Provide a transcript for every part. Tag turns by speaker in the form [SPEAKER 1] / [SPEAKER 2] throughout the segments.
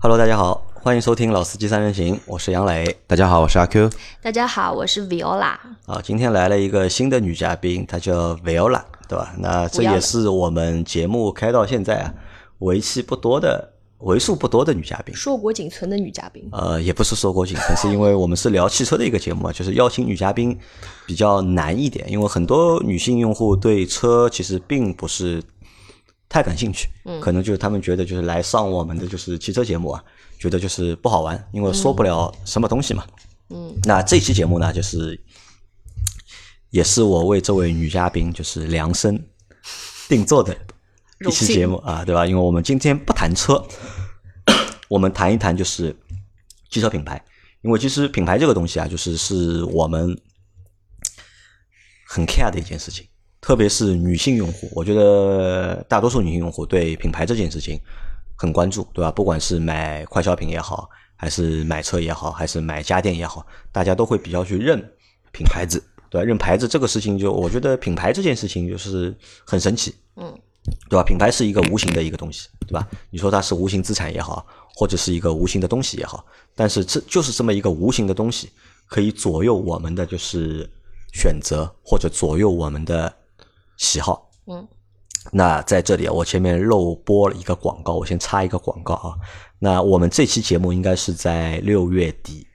[SPEAKER 1] Hello，大家好，欢迎收听《老司机三人行》，我是杨磊
[SPEAKER 2] 大家好，我是阿 Q。
[SPEAKER 3] 大家好，我是 Viola。
[SPEAKER 1] 啊。今天来了一个新的女嘉宾，她叫 Viola，对吧？那这也是我们节目开到现在啊，为期不多的为数不多的女嘉宾。
[SPEAKER 3] 硕果仅存的女嘉宾，
[SPEAKER 1] 呃，也不是硕果仅存，是因为我们是聊汽车的一个节目啊， 就是邀请女嘉宾比较难一点，因为很多女性用户对车其实并不是太感兴趣，可能就是他们觉得就是来上我们的就是汽车节目啊，觉得就是不好玩，因为说不了什么东西嘛。嗯，那这期节目呢，就是也是我为这位女嘉宾就是量身定做的一期节目啊，对吧？因为我们今天不谈车，我们谈一谈就是汽车品牌，因为其实品牌这个东西啊，就是是我们很 care 的一件事情，特别是女性用户，我觉得大多数女性用户对品牌这件事情很关注，对吧？不管是买快消品也好，还是买车也好，还是买家电也好，大家都会比较去认品牌子，对吧？认牌子这个事情就，我觉得品牌这件事情就是很神奇，
[SPEAKER 3] 嗯，
[SPEAKER 1] 对吧？品牌是一个无形的一个东西，对吧？你说它是无形资产也好，或者是一个无形的东西也好，但是这就是这么一个无形的东西，可以左右我们的就是选择，或者左右我们的喜好。
[SPEAKER 3] 嗯，
[SPEAKER 1] 那在这里啊，我前面漏播了一个广告，我先插一个广告啊。那我们这期节目应该是在六月底，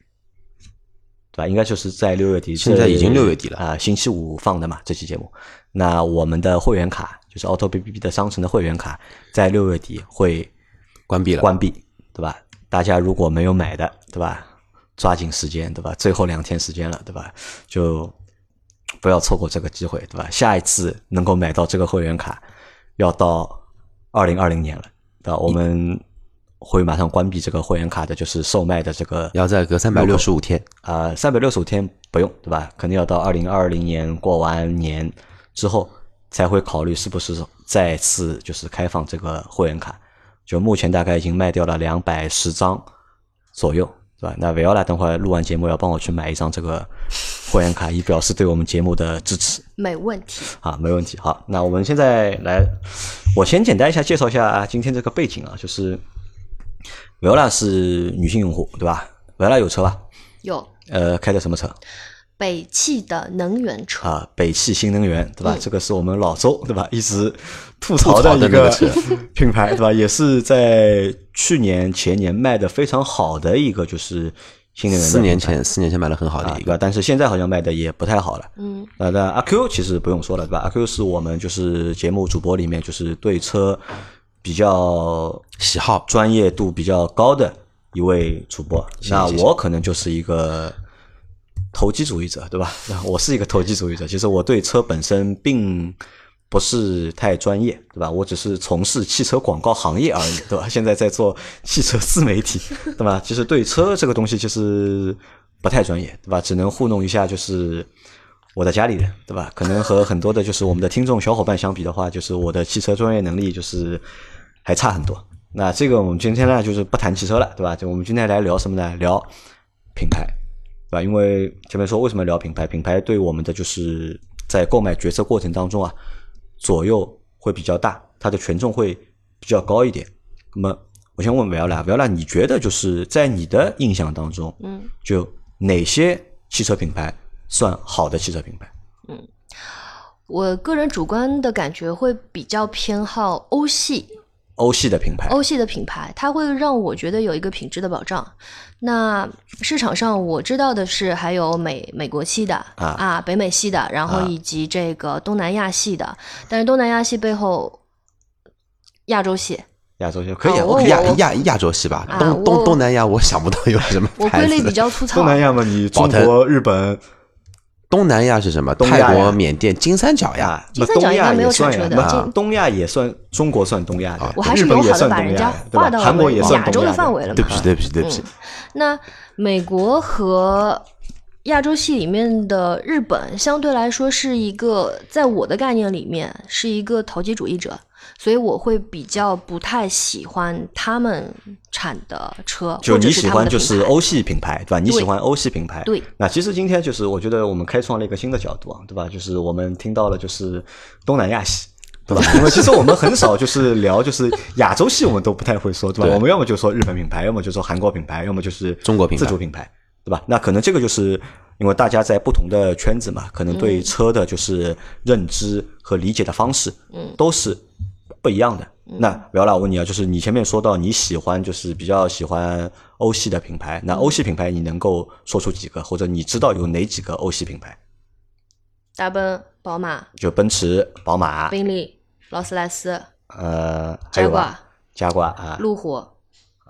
[SPEAKER 1] 对吧？应该就是在六月底，
[SPEAKER 2] 现在已经6月底了
[SPEAKER 1] 啊、星期五放的嘛，这期节目。那我们的会员卡就是 Auto B B B 的商城的会员卡，在六月底会
[SPEAKER 2] 关闭了，
[SPEAKER 1] 关闭，对吧？大家如果没有买的，对吧？抓紧时间，对吧？最后两天时间了，对吧？就不要错过这个机会，对吧？下一次能够买到这个会员卡，要到二零二零年了，对吧？我们会马上关闭这个会员卡的，就是售卖的这个
[SPEAKER 2] 要再隔三百六十五天。
[SPEAKER 1] 呃，三百六十五天不用，对吧？肯定要到二零二零年过完年之后才会考虑是不是再次就是开放这个会员卡。就目前大概已经卖掉了两百十张左右，对吧？那维奥拉等会儿录完节目要帮我去买一张这个会员卡，以表示对我们节目的支持。
[SPEAKER 3] 没问题。
[SPEAKER 1] 啊，没问题。好，那我们现在来，我先简单一下介绍一下今天这个背景啊，就是维奥拉是女性用户，对吧？维奥拉有车吧？
[SPEAKER 3] 有
[SPEAKER 1] 呃，开的什么车？
[SPEAKER 3] 北汽的能源车，
[SPEAKER 1] 啊，北汽新能源，对吧？这个是我们老周，对吧？一直吐槽
[SPEAKER 2] 嗯吐槽的
[SPEAKER 1] 一
[SPEAKER 2] 那
[SPEAKER 1] 个
[SPEAKER 2] 个车
[SPEAKER 1] 品牌，对吧？也是在去年、前年卖的非常好的一个，就是新能源的
[SPEAKER 2] 四年
[SPEAKER 1] 品牌
[SPEAKER 2] 前，四年前买了很好
[SPEAKER 1] 啊，
[SPEAKER 2] 的
[SPEAKER 1] 对
[SPEAKER 2] 一个，
[SPEAKER 1] 吧？但是现在好像卖的也不太好了。
[SPEAKER 3] 嗯，
[SPEAKER 1] 那那阿 Q 其实不用说了，对吧？阿 Q 是我们就是节目主播里面就是对车比较
[SPEAKER 2] 喜好
[SPEAKER 1] 专业度比较高的一位主播。
[SPEAKER 2] 谢
[SPEAKER 1] 那
[SPEAKER 2] 谢
[SPEAKER 1] 我可能就是一个投机主义者，对吧？ 那我是一个投机主义者，其实我对车本身并不是太专业，对吧？我只是从事汽车广告行业而已，对吧？现在在做汽车自媒体，对吧？其实对车这个东西其实不太专业，对吧？只能糊弄一下，就是。我的家里人，对吧？可能和很多的，就是我们的听众小伙伴相比的话，就是我的汽车专业能力就是还差很多。那这个我们今天呢，就是不谈汽车了，对吧？就我们今天来聊什么呢？聊品牌，对吧？因为前面说为什么聊品牌，品牌对我们的就是在购买决策过程当中啊，左右会比较大，它的权重会比较高一点。那么我先问维奥拉，维奥拉，你觉得就是在你的印象当中，
[SPEAKER 3] 嗯，
[SPEAKER 1] 就哪些汽车品牌算好的汽车品牌？
[SPEAKER 3] 我个人主观的感觉会比较偏好欧系，
[SPEAKER 1] 欧系的品牌，
[SPEAKER 3] 欧系的品牌，它会让我觉得有一个品质的保障。那市场上我知道的是，还有美美国系的
[SPEAKER 1] 啊
[SPEAKER 3] 北美系的，然后
[SPEAKER 1] 啊
[SPEAKER 3] 以及这个东南亚系的，但是东南亚系背后亚洲系，
[SPEAKER 1] 亚洲就可以啊
[SPEAKER 3] 哦
[SPEAKER 1] ，OK 啊。
[SPEAKER 2] 哎亚
[SPEAKER 3] 我
[SPEAKER 2] 亚亚洲系吧，
[SPEAKER 3] 啊
[SPEAKER 2] 东
[SPEAKER 3] 我
[SPEAKER 2] 东东南亚我想不到有什么
[SPEAKER 3] 我
[SPEAKER 2] 牌
[SPEAKER 3] 归类
[SPEAKER 2] 子
[SPEAKER 3] 比
[SPEAKER 2] 的。
[SPEAKER 3] 较粗糙。啊
[SPEAKER 1] 东南亚嘛，你中
[SPEAKER 2] 宝
[SPEAKER 1] 国、日本
[SPEAKER 2] 东南亚是什么？
[SPEAKER 1] 东亚呀
[SPEAKER 2] 泰国、缅甸、金三角呀，
[SPEAKER 1] 啊，
[SPEAKER 3] 金
[SPEAKER 1] 那
[SPEAKER 3] 三角
[SPEAKER 1] 东
[SPEAKER 3] 应该
[SPEAKER 1] 亚
[SPEAKER 3] 没
[SPEAKER 1] 也
[SPEAKER 3] 有
[SPEAKER 1] 算
[SPEAKER 3] 产
[SPEAKER 1] 呀
[SPEAKER 3] 出的啊
[SPEAKER 1] 那
[SPEAKER 3] 金
[SPEAKER 1] 东亚也算中国算东亚的
[SPEAKER 2] 啊，
[SPEAKER 3] 我还
[SPEAKER 1] 日
[SPEAKER 3] 是
[SPEAKER 1] 本
[SPEAKER 3] 友
[SPEAKER 1] 也
[SPEAKER 3] 好的
[SPEAKER 1] 算
[SPEAKER 3] 把
[SPEAKER 1] 东
[SPEAKER 3] 人
[SPEAKER 1] 亚
[SPEAKER 3] 家
[SPEAKER 1] 的，对
[SPEAKER 3] 划
[SPEAKER 1] 吧？
[SPEAKER 3] 到
[SPEAKER 1] 韩国也算
[SPEAKER 3] 亚洲
[SPEAKER 1] 东
[SPEAKER 3] 的
[SPEAKER 1] 亚
[SPEAKER 3] 范围了
[SPEAKER 2] 对
[SPEAKER 3] 嘛
[SPEAKER 2] 不？起，对不起，对不起
[SPEAKER 3] 嗯，那美国和亚洲系里面的日本，相对来说是一个，在我的概念里面是一个投机主义者，所以我会比较不太喜欢他们产的车，
[SPEAKER 1] 就
[SPEAKER 3] 或者
[SPEAKER 1] 你
[SPEAKER 3] 是
[SPEAKER 1] 喜
[SPEAKER 3] 他们
[SPEAKER 1] 欢
[SPEAKER 3] 的
[SPEAKER 1] 就
[SPEAKER 3] 品
[SPEAKER 1] 是
[SPEAKER 3] 牌。
[SPEAKER 1] 欧系品牌，对吧？你
[SPEAKER 3] 对
[SPEAKER 1] 喜欢欧系品牌，
[SPEAKER 3] 对。
[SPEAKER 1] 那其实今天就是我觉得我们开创了一个新的角度啊，对吧？就是我们听到了就是东南亚系，对吧？因为其实我们很少就是聊，就是亚洲系我们都不太会说，对吧？
[SPEAKER 2] 对
[SPEAKER 1] 我们要么就说日本品牌，要么就说韩国品牌，要么就是
[SPEAKER 2] 中国品牌
[SPEAKER 1] 自主品牌，对吧？那可能这个就是因为大家在不同的圈子嘛，可能
[SPEAKER 3] 嗯
[SPEAKER 1] 对车的就是认知和理解的方式，嗯，都是不一样的。
[SPEAKER 3] 嗯
[SPEAKER 1] 那苗老，我问你啊，就是你前面说到你喜欢，就是比较喜欢欧系的品牌，
[SPEAKER 3] 嗯
[SPEAKER 1] 那欧系品牌你能够说出几个，或者你知道有哪几个欧系品牌？
[SPEAKER 3] 大奔、宝马、
[SPEAKER 1] 就奔驰、宝马、
[SPEAKER 3] 宾利、劳斯莱斯、
[SPEAKER 1] 呃，还
[SPEAKER 3] 加
[SPEAKER 1] 有吧
[SPEAKER 3] 挂、，
[SPEAKER 1] 加挂啊，
[SPEAKER 3] 路虎。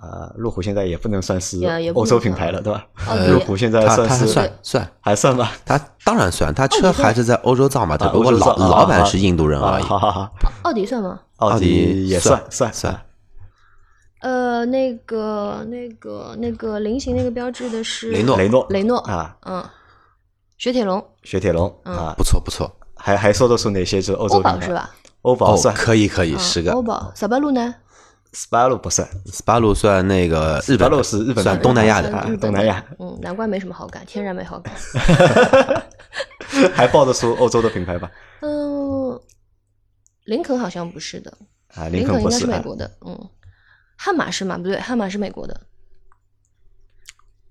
[SPEAKER 1] 呃，路虎现在也不能算是
[SPEAKER 3] 也也不
[SPEAKER 1] 欧
[SPEAKER 3] 能
[SPEAKER 1] 洲
[SPEAKER 3] 算
[SPEAKER 1] 品牌了，对吧？
[SPEAKER 3] 哦对
[SPEAKER 1] 路虎现在
[SPEAKER 2] 他
[SPEAKER 1] 算
[SPEAKER 2] 他
[SPEAKER 1] 是
[SPEAKER 2] 算算，
[SPEAKER 1] 还算吧，
[SPEAKER 2] 他当然算，
[SPEAKER 3] 哦
[SPEAKER 2] 他车还是在欧洲造嘛，只
[SPEAKER 1] 啊
[SPEAKER 2] 不
[SPEAKER 1] 欧
[SPEAKER 2] 过
[SPEAKER 1] 洲
[SPEAKER 2] 老
[SPEAKER 1] 造啊
[SPEAKER 2] 老板
[SPEAKER 1] 啊
[SPEAKER 2] 是印度人
[SPEAKER 1] 啊，
[SPEAKER 2] 而已。
[SPEAKER 1] 好好好，
[SPEAKER 3] 奥迪算吗？
[SPEAKER 1] 奥
[SPEAKER 2] 迪
[SPEAKER 1] 也
[SPEAKER 2] 算
[SPEAKER 1] 算
[SPEAKER 2] 算，
[SPEAKER 3] 呃，那个、那个、那个菱形那个标志的是
[SPEAKER 2] 雷诺
[SPEAKER 1] 雷诺
[SPEAKER 3] 雷诺，
[SPEAKER 1] 啊，
[SPEAKER 3] 嗯，雪铁龙、
[SPEAKER 1] 雪铁龙啊，
[SPEAKER 2] 不错不错，
[SPEAKER 1] 还还说得出哪些就是欧洲
[SPEAKER 3] 嗯欧
[SPEAKER 1] 品
[SPEAKER 3] 宝
[SPEAKER 1] 牌
[SPEAKER 3] 是？吧？
[SPEAKER 1] 欧宝
[SPEAKER 2] 哦，
[SPEAKER 1] 算
[SPEAKER 2] 可以可以，
[SPEAKER 3] 嗯
[SPEAKER 2] 十个
[SPEAKER 3] 欧。宝、小白鹿呢？
[SPEAKER 1] ，Subaru 不算
[SPEAKER 2] 斯巴鲁算那个日本
[SPEAKER 1] Subaru
[SPEAKER 2] 的，
[SPEAKER 1] 是日本的
[SPEAKER 2] 算东南亚的
[SPEAKER 3] 算
[SPEAKER 1] 啊
[SPEAKER 3] 日本，的
[SPEAKER 1] 东南亚
[SPEAKER 3] 嗯，难怪没什么好感，天然没好感。
[SPEAKER 1] 还报得出欧洲的品牌吧？
[SPEAKER 3] 嗯，林肯好像不是的，
[SPEAKER 1] 啊，
[SPEAKER 3] 林
[SPEAKER 1] 肯
[SPEAKER 3] 肯应
[SPEAKER 1] 不
[SPEAKER 3] 该是
[SPEAKER 1] 是
[SPEAKER 3] 美
[SPEAKER 1] 啊，
[SPEAKER 3] 国的，嗯，悍马是吗？不对，悍马是美国的，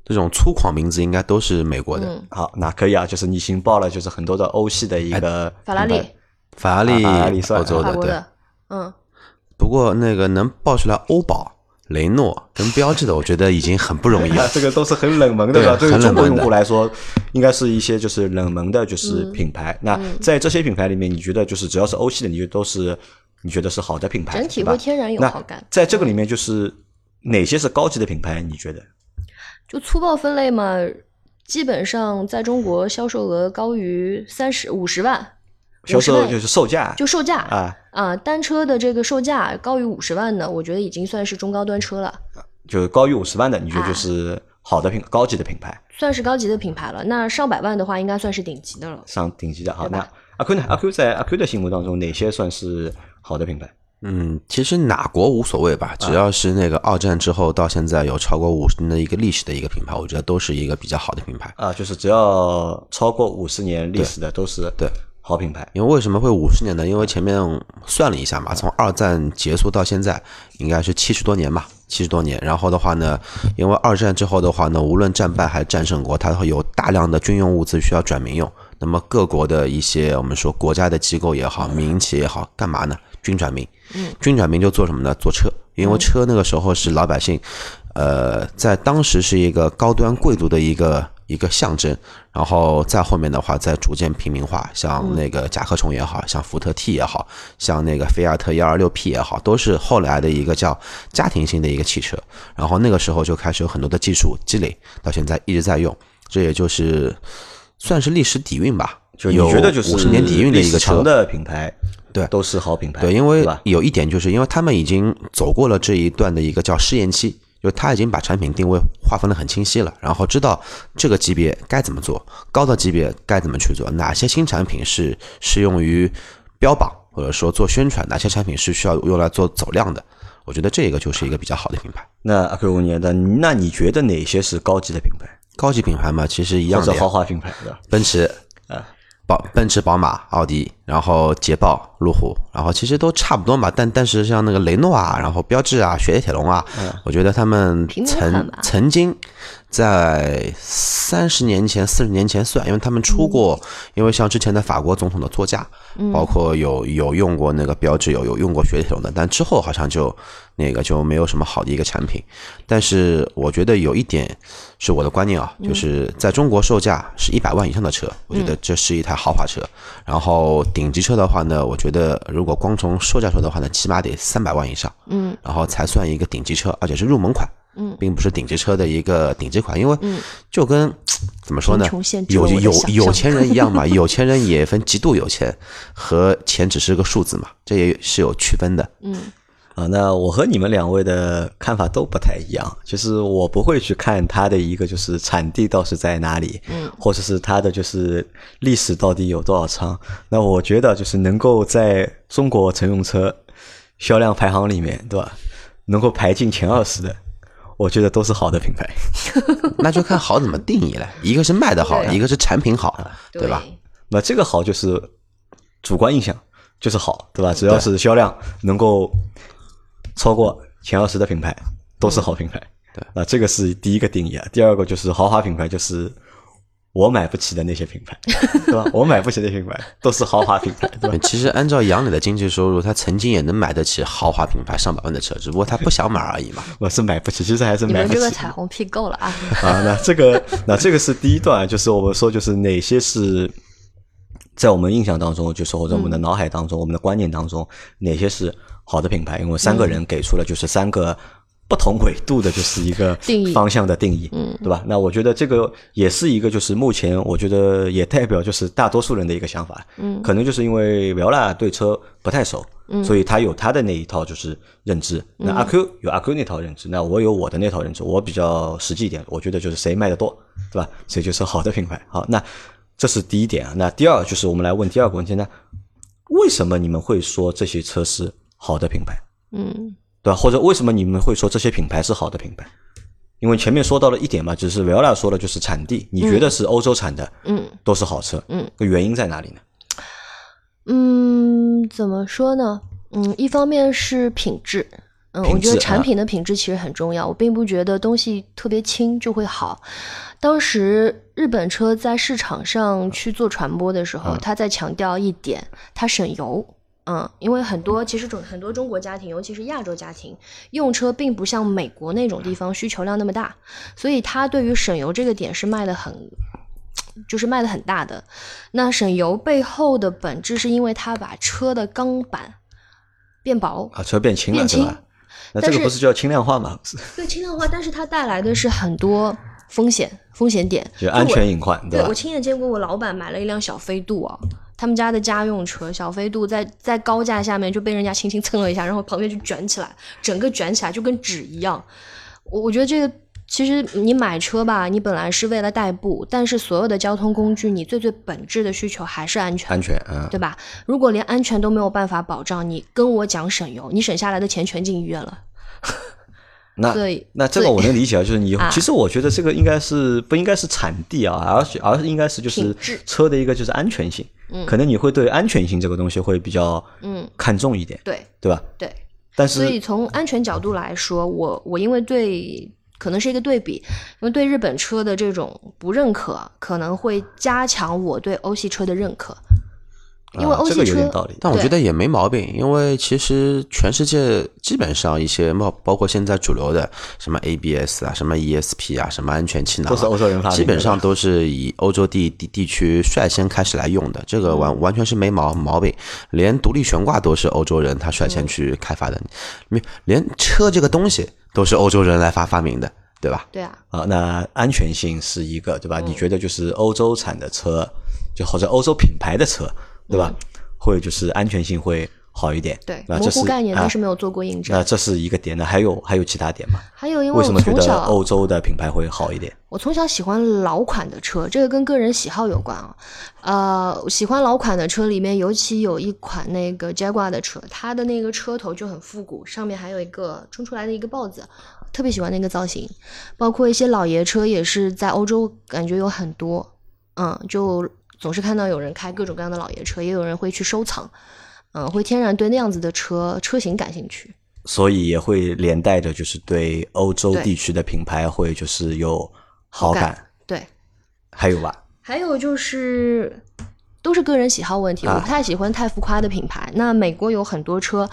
[SPEAKER 2] 这种粗犷名字应该都是美国的。
[SPEAKER 3] 嗯，
[SPEAKER 1] 好，那可以啊，就是你已经报了，就是很多的欧系的一个
[SPEAKER 3] 法拉
[SPEAKER 1] 品
[SPEAKER 3] 利
[SPEAKER 1] 牌，
[SPEAKER 2] 法拉利
[SPEAKER 1] 啊法拉利算
[SPEAKER 2] 欧洲
[SPEAKER 3] 法
[SPEAKER 2] 的，
[SPEAKER 3] 国
[SPEAKER 2] 对。
[SPEAKER 3] 的，嗯，
[SPEAKER 2] 不过那个能报出来欧宝、雷诺跟标志的，我觉得已经很不容易
[SPEAKER 1] 那
[SPEAKER 2] 了。
[SPEAKER 1] 这个都是很冷门的，吧？对
[SPEAKER 2] 对啊
[SPEAKER 1] 于
[SPEAKER 2] 很
[SPEAKER 1] 中
[SPEAKER 2] 冷
[SPEAKER 1] 国
[SPEAKER 2] 门的
[SPEAKER 1] 用户来说，应该是一些就是冷门的，就是品牌。
[SPEAKER 3] 嗯
[SPEAKER 1] 那在这些品牌里面，你觉得就是只要是欧系的，你就都是你觉得是好的品牌，
[SPEAKER 3] 整体
[SPEAKER 1] 对吧
[SPEAKER 3] 会天然有
[SPEAKER 1] 那
[SPEAKER 3] 好感。嗯
[SPEAKER 1] 在这个里面，就是哪些是高级的品牌？你觉得？
[SPEAKER 3] 就粗暴分类嘛，基本上在中国销售额高于三十五十万，
[SPEAKER 1] 销售
[SPEAKER 3] 50万
[SPEAKER 1] 就是售价
[SPEAKER 3] 就售价啊、
[SPEAKER 1] 啊，
[SPEAKER 3] 单车的这个售价高于五十万的，我觉得已经算是中高端车了，
[SPEAKER 1] 就是高于五十万的，你觉得
[SPEAKER 3] 啊
[SPEAKER 1] 就是好的品高级的品牌，
[SPEAKER 3] 算是高级的品牌了。那上百万的话，应该算是顶级的了。
[SPEAKER 1] 上顶级的。好，
[SPEAKER 3] 对吧
[SPEAKER 1] 那阿 Q 呢？阿 Q 在阿 Q 的心目当中，哪些算是好的品牌？
[SPEAKER 2] 嗯，其实哪国无所谓吧，只要是那个二战之后到现在有超过五十年的一个历史的一个品牌，我觉得都是一个比较好的品牌。
[SPEAKER 1] 啊，就是只要超过五十年历史的，都是
[SPEAKER 2] 对
[SPEAKER 1] 好品牌。
[SPEAKER 2] 因为为什么会五十年呢？因为前面算了一下嘛，从二战结束到现在，应该是七十多年吧，七十多年。然后的话呢，因为二战之后的话呢，无论战败还是战胜国，它会有大量的军用物资需要转民用。那么各国的一些我们说国家的机构也好，民营企业也好，干嘛呢？军转民。军转民就做什么呢？做车，因为车那个时候是老百姓，呃，在当时是一个高端贵族的一个一个象征。然后再后面的话，再逐渐平民化，像那个甲壳虫也好像福特 T 也好像那个菲亚特幺二六 P 也好，都是后来的一个叫家庭型的一个汽车。然后那个时候就开始有很多的技术积累，到现在一直在用，这也就是算是历史底蕴吧。
[SPEAKER 1] 就你觉得就是
[SPEAKER 2] 五十年底蕴的一
[SPEAKER 1] 历史
[SPEAKER 2] 个车
[SPEAKER 1] 长的品牌，
[SPEAKER 2] 对
[SPEAKER 1] 都哎是好品牌，
[SPEAKER 2] 对，因为
[SPEAKER 1] 吧？
[SPEAKER 2] 有一点就是因为他们已经走过了这一段的一个叫试验期，就他已经把产品定位划分的很清晰了，然后知道这个级别该怎么做，高的级别该怎么去做，哪些新产品是适用于标榜或者说做宣传，哪些产品是需要用来做走量的。我觉得这个就是一个比较好的品牌，
[SPEAKER 1] 那阿 Q 五年的，那你觉得哪些是高级的品牌，
[SPEAKER 2] 高级品牌嘛，其实一样
[SPEAKER 1] 或
[SPEAKER 2] 的
[SPEAKER 1] 者
[SPEAKER 2] 呀
[SPEAKER 1] 豪华品牌的？
[SPEAKER 2] 奔驰，宝奔驰、宝马、奥迪，然后捷豹、路虎，然后其实都差不多嘛。但但是像那个雷诺啊，然后标致啊、雪铁龙啊，我觉得他们
[SPEAKER 3] 平民款
[SPEAKER 2] 曾
[SPEAKER 3] 吧
[SPEAKER 2] 曾经在三十年前、四十年前算，因为他们出过，
[SPEAKER 3] 嗯
[SPEAKER 2] 因为像之前的法国总统的座驾，包括有有用过那个标志，有有用过雪铁龙的，但之后好像就那个就没有什么好的一个产品。但是我觉得有一点是我的观念啊，就是在中国售价是一百万以上的车，我觉得这是一台豪华车。然后顶级车的话呢，我觉得如果光从售价说的话呢，起码得三百万以上，嗯，然后才算一个顶级车，而且是入门款。嗯，并不是顶级车的一个顶级款，因为就跟、怎么说呢
[SPEAKER 3] 贫穷限，制了
[SPEAKER 2] 有
[SPEAKER 3] 我的
[SPEAKER 2] 有
[SPEAKER 3] 想象
[SPEAKER 2] 有钱人一样嘛，有钱人也分极度有钱和钱只是个数字嘛，这也是有区分的。
[SPEAKER 1] 啊，那我和你们两位的看法都不太一样。就是我不会去看它的一个就是产地到底是在哪里，嗯，或者是它的就是历史到底有多少长。那我觉得就是能够在中国乘用车销量排行里面，对吧？能够排进前二十的，我觉得都是好的品牌。
[SPEAKER 2] 那就看好怎么定义了。 一个是卖的好，
[SPEAKER 3] 对
[SPEAKER 2] 一个是产品好，对吧？？
[SPEAKER 1] 那这个好就是主观印象，就是好，对吧？只要是销量能够超过前二十的品牌，都是好品牌。
[SPEAKER 2] 对
[SPEAKER 1] 啊，这个是第一个定义啊。第二个就是豪华品牌，就是我买不起的那些品牌，对吧？我买不起的品牌都是豪华品牌，对吧？
[SPEAKER 2] 其实按照杨磊的经济收入，他曾经也能买得起豪华品牌上百万的车，只不过他不想买而已嘛。
[SPEAKER 1] 我是买不起，其实还是
[SPEAKER 3] 你
[SPEAKER 1] 买
[SPEAKER 3] 们
[SPEAKER 1] 不
[SPEAKER 3] 这个
[SPEAKER 1] 起。
[SPEAKER 3] 彩虹屁够了啊！
[SPEAKER 1] 啊，那这个那这个是第一段，就是我们说就是哪些是在我们印象当中，就是或者我们的
[SPEAKER 3] 嗯
[SPEAKER 1] 脑海当中、我们的观念当中，哪些是好的品牌？因为三个
[SPEAKER 3] 嗯
[SPEAKER 1] 人给出了就是三个。不同维度的，就是一个
[SPEAKER 3] 定义
[SPEAKER 1] 方向的定义，嗯，对吧？那我觉得这个也是一个，就是目前我觉得也代表就是大多数人的一个想法，嗯，可能就是因为维奥拉对车不太熟，嗯，所以他有他的那一套就是认知。那阿 Q 有阿 Q 那套认知，那我有我的那套认知，我比较实际一点，我觉得就是谁卖的多，对吧？谁就是好的品牌。好，那这是第一点啊。那第二就是我们来问第二个问题，那为什么你们会说这些车是好的品牌？
[SPEAKER 3] 嗯
[SPEAKER 1] 对吧？或者为什么你们会说这些品牌是好的品牌？因为前面说到了一点嘛，只是维奥拉说了，就是产地，你觉得是欧洲产的
[SPEAKER 3] 嗯
[SPEAKER 1] 都是好车，
[SPEAKER 3] 嗯，
[SPEAKER 1] 原因在哪里呢？
[SPEAKER 3] 嗯，怎么说呢？嗯，一方面是品质，嗯，我
[SPEAKER 1] 品
[SPEAKER 3] 觉得
[SPEAKER 1] 质
[SPEAKER 3] 产
[SPEAKER 1] 啊
[SPEAKER 3] 品的品质其实很重要。我并不觉得东西特别轻就会好。当时日本车在市场
[SPEAKER 1] 嗯
[SPEAKER 3] 上去做传播的时候，他在强调一点，它省油。嗯，因为很多其实中很多中国家庭，尤其是亚洲家庭，用车并不像美国那种地方需求量那么大，所以它对于省油这个点是卖的很，就是卖的很大的。那省油背后的本质是因为它把车的钢板变薄，
[SPEAKER 1] 啊，车变轻了，
[SPEAKER 3] 变
[SPEAKER 1] 对
[SPEAKER 3] 轻，
[SPEAKER 1] 吧？那
[SPEAKER 3] 但
[SPEAKER 1] 这
[SPEAKER 3] 是
[SPEAKER 1] 个不是叫轻量化 吗？
[SPEAKER 3] 对轻量化，但是它带来的是很多风险风险点，
[SPEAKER 1] 就安全隐患，
[SPEAKER 3] 对
[SPEAKER 1] 吧
[SPEAKER 3] 我？亲眼见过我老板买了一辆小飞度啊，他们家的家用车小飞度在在高架下面就被人家轻轻蹭了一下，然后旁边就卷起来，整个卷起来就跟纸一样。我我觉得这个其实你买车吧，你本来是为了代步，但是所有的交通工具，你最最本质的需求还是安全。
[SPEAKER 1] 安全啊，
[SPEAKER 3] 对吧？如果连安全都没有办法保障，你跟我讲省油，你省下来的钱全进医院了。
[SPEAKER 1] 那
[SPEAKER 3] 所以
[SPEAKER 1] 那这个
[SPEAKER 3] 所以
[SPEAKER 1] 我能理解啊，就是你
[SPEAKER 3] 啊
[SPEAKER 1] 其实我觉得这个应该是不应该是产地啊，而且而是应该是就是
[SPEAKER 3] 品质
[SPEAKER 1] 车的一个就是安全性，可能你会对安全性这个东西会比较
[SPEAKER 3] 嗯
[SPEAKER 1] 看重一点，
[SPEAKER 3] 对
[SPEAKER 1] 对吧？
[SPEAKER 3] 对，
[SPEAKER 1] 但
[SPEAKER 3] 所以
[SPEAKER 1] 是
[SPEAKER 3] 从安全角度来说，我我因为对可能是一个对比，因为对日本车的这种不认可，可能会加强我对欧系车的认可，因为
[SPEAKER 1] 啊
[SPEAKER 3] 欧
[SPEAKER 1] 这
[SPEAKER 3] 系
[SPEAKER 1] 个有
[SPEAKER 3] 车
[SPEAKER 1] 点道理，
[SPEAKER 2] 但我
[SPEAKER 3] 对
[SPEAKER 2] 觉得也没毛病，因为其实全世界基本上一些包包括现在主流的什么 ABS 啊、什么 ESP 啊、什么安全气囊、啊，
[SPEAKER 1] 都是欧洲人发明的
[SPEAKER 2] 基本上都是以欧洲地地地区率先开始来用的，这个
[SPEAKER 1] 嗯
[SPEAKER 2] 完完全是没毛毛病。连独立悬挂都是欧洲人他率
[SPEAKER 1] 嗯
[SPEAKER 2] 先去开发的，没连车这个东西都是欧洲人来发发明的，对吧？
[SPEAKER 3] 对啊，
[SPEAKER 1] 啊，那安全性是一个，对吧？
[SPEAKER 3] 嗯
[SPEAKER 1] 你觉得就是欧洲产的车，就或者欧洲品牌的车，对吧？会就是安全性会好一点，
[SPEAKER 3] 嗯对，
[SPEAKER 1] 那
[SPEAKER 3] 模
[SPEAKER 1] 这是
[SPEAKER 3] 糊概念，
[SPEAKER 1] 啊
[SPEAKER 3] 但是没有做过印证。
[SPEAKER 1] 那这是一个点，那还有还有其他点吗？
[SPEAKER 3] 还有，因
[SPEAKER 1] 为什
[SPEAKER 3] 我
[SPEAKER 1] 么觉
[SPEAKER 3] 从
[SPEAKER 1] 得
[SPEAKER 3] 小啊
[SPEAKER 1] 欧洲的品牌会好一点？
[SPEAKER 3] 我从小喜欢老款的车，这个跟个人喜好有关啊。呃，喜欢老款的车里面，尤其有一款那个 Jaguar 的车，它的那个车头就很复古，上面还有一个冲出来的一个豹子，特别喜欢那个造型。包括一些老爷车也是在欧洲感觉有很多，嗯，就总是看到有人开各种各样的老爷车，也有人会去收藏，嗯，会天然对那样子的车车型感兴趣。
[SPEAKER 1] 所以也会连带着就是对欧洲
[SPEAKER 3] 对
[SPEAKER 1] 地区的品牌会就是有好
[SPEAKER 3] 感
[SPEAKER 1] 感，
[SPEAKER 3] 对，
[SPEAKER 1] 还有吧？
[SPEAKER 3] 还有就是，都是个人喜好问题，
[SPEAKER 1] 啊
[SPEAKER 3] 我不太喜欢太浮夸的品牌。那美国有很多车，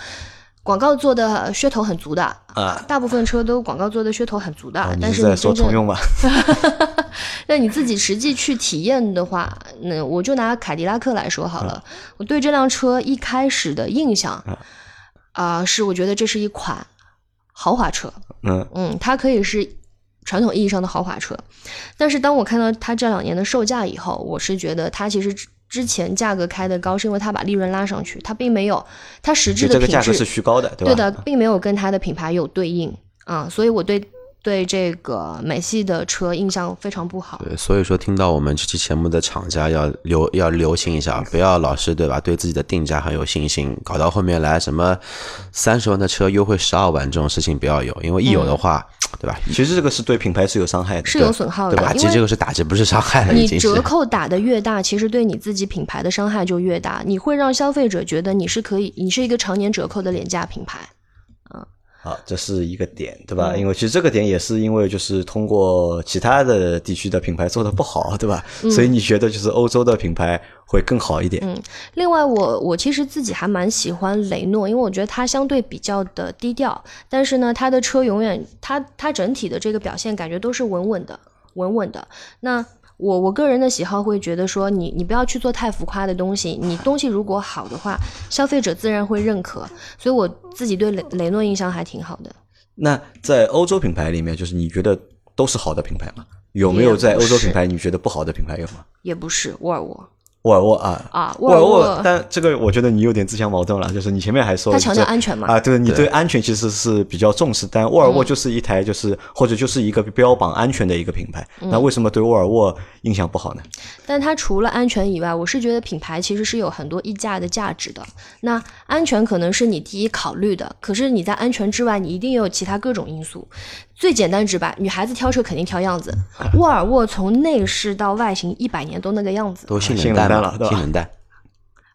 [SPEAKER 3] 广告做的噱头很足的，
[SPEAKER 1] 啊，
[SPEAKER 3] 大部分车都广告做的噱头很足的，
[SPEAKER 1] 啊你
[SPEAKER 3] 但
[SPEAKER 1] 是
[SPEAKER 3] 你
[SPEAKER 1] 在说
[SPEAKER 3] 真
[SPEAKER 1] 通
[SPEAKER 3] 正
[SPEAKER 1] 用吗？
[SPEAKER 3] 那你自己实际去体验的话，那我就拿凯迪拉克来说好
[SPEAKER 1] 啊
[SPEAKER 3] 了。我对这辆车一开始的印象，啊、是我觉得这是一款豪华车，
[SPEAKER 1] 嗯，
[SPEAKER 3] 嗯，它可以是传统意义上的豪华车，但是当我看到它这两年的售价以后，我是觉得它其实之之前价格开的高，是因为它把利润拉上去，它并没有它实质
[SPEAKER 1] 就
[SPEAKER 3] 的
[SPEAKER 1] 这个
[SPEAKER 3] 品
[SPEAKER 1] 价格
[SPEAKER 3] 质
[SPEAKER 1] 是虚高的，对吧？嗯
[SPEAKER 3] 对的，并没有跟它的品牌有对应啊、所以我对对这个美系的车印象非常不好。
[SPEAKER 2] 对，所以说听到我们这期节目的厂家要留要留心一下，不要老是对吧？对自己的定价很有信心，
[SPEAKER 3] 嗯
[SPEAKER 2] 搞到后面来什么三十万的车优惠十二万这种事情不要有，因为一有的话，对吧？
[SPEAKER 1] 其实这个是对品牌是有伤害的，
[SPEAKER 3] 是有损耗的
[SPEAKER 1] 对吧
[SPEAKER 2] 打
[SPEAKER 3] 嗯因
[SPEAKER 2] 击
[SPEAKER 3] 为
[SPEAKER 2] 这个是打击，不是伤害了，已
[SPEAKER 3] 你
[SPEAKER 2] 经是
[SPEAKER 3] 折扣打得越大，其实对你自己品牌的伤害就越大。你会让消费者觉得你是可以，你是一个常年折扣的廉价品牌。
[SPEAKER 1] 啊，这是一个点，对吧？
[SPEAKER 3] 嗯
[SPEAKER 1] 因为其实这个点也是因为就是通过其他的地区的品牌做的不好，对吧？
[SPEAKER 3] 嗯
[SPEAKER 1] 所以你觉得就是欧洲的品牌会更好一点？
[SPEAKER 3] 另外我，我其实自己还蛮喜欢雷诺，因为我觉得它相对比较的低调，但是呢，它的车永远它它整体的这个表现感觉都是稳稳的，稳稳的。那我我个人的喜好会觉得说你，你不要去做太浮夸的东西，你东西如果好的话，消费者自然会认可。所以我自己对雷雷诺印象还挺好的。
[SPEAKER 1] 那在欧洲品牌里面，就是你觉得都是好的品牌吗？有没
[SPEAKER 3] 也
[SPEAKER 1] 有
[SPEAKER 3] 不
[SPEAKER 1] 在欧洲
[SPEAKER 3] 是
[SPEAKER 1] 品牌你觉得不好的品牌有吗？
[SPEAKER 3] 也不是沃尔沃
[SPEAKER 1] 沃尔沃啊，
[SPEAKER 3] 啊，
[SPEAKER 1] 沃
[SPEAKER 3] 尔
[SPEAKER 1] 沃，但这个我觉得你有点自相矛盾了，就是你前面还说
[SPEAKER 3] 它强调
[SPEAKER 1] 就是
[SPEAKER 3] 安全嘛嗯
[SPEAKER 1] 啊，对你对安全其实是比较重视，但沃尔沃就是一台就是、或者就是一个标榜安全的一个品牌，
[SPEAKER 3] 嗯
[SPEAKER 1] 那为什么对沃尔沃印象不好呢？
[SPEAKER 3] 但它除了安全以外，我是觉得品牌其实是有很多溢价的价值的。那安全可能是你第一考虑的，可是你在安全之外，你一定也有其他各种因素。最简单直白，女孩子挑车肯定挑样子，沃尔沃从内饰到外形一百年都那个样子，
[SPEAKER 2] 都性
[SPEAKER 1] 性
[SPEAKER 2] 冷
[SPEAKER 1] 冷
[SPEAKER 2] 淡
[SPEAKER 1] 淡
[SPEAKER 2] 嘛
[SPEAKER 1] 了对吧
[SPEAKER 2] 性冷淡。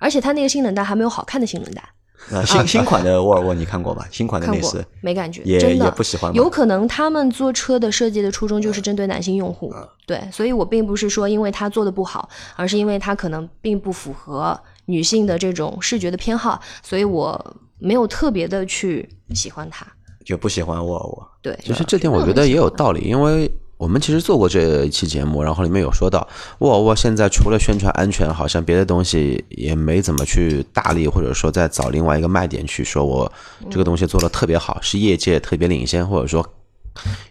[SPEAKER 3] 而且它那个性冷淡还没有好看的性冷淡，
[SPEAKER 1] 那呃新新款的沃尔沃你看过吧？ 新款的
[SPEAKER 3] 啊看
[SPEAKER 1] 内
[SPEAKER 3] 过
[SPEAKER 1] 饰
[SPEAKER 3] 没感觉，
[SPEAKER 1] 也
[SPEAKER 3] 真的
[SPEAKER 1] 也不喜
[SPEAKER 2] 啊
[SPEAKER 1] 欢吗
[SPEAKER 3] 有可能他们做车的设计的初衷就是针对男性用户，
[SPEAKER 2] 啊
[SPEAKER 3] 对，所以我并不是说因为他做的不好，而是因为他可能并不符合女性的这种视觉的偏好，所以我没有特别的去喜欢它。
[SPEAKER 1] 就不喜欢沃尔沃。
[SPEAKER 3] 对，
[SPEAKER 2] 其实这点我觉得也有道理，因为我们其实做过这一期节目，然后里面有说到沃尔沃现在除了宣传安全，好像别的东西也没怎么去大力，或者说再找另外一个卖点去说我这个东西做的特别好，是业界特别领先，或者说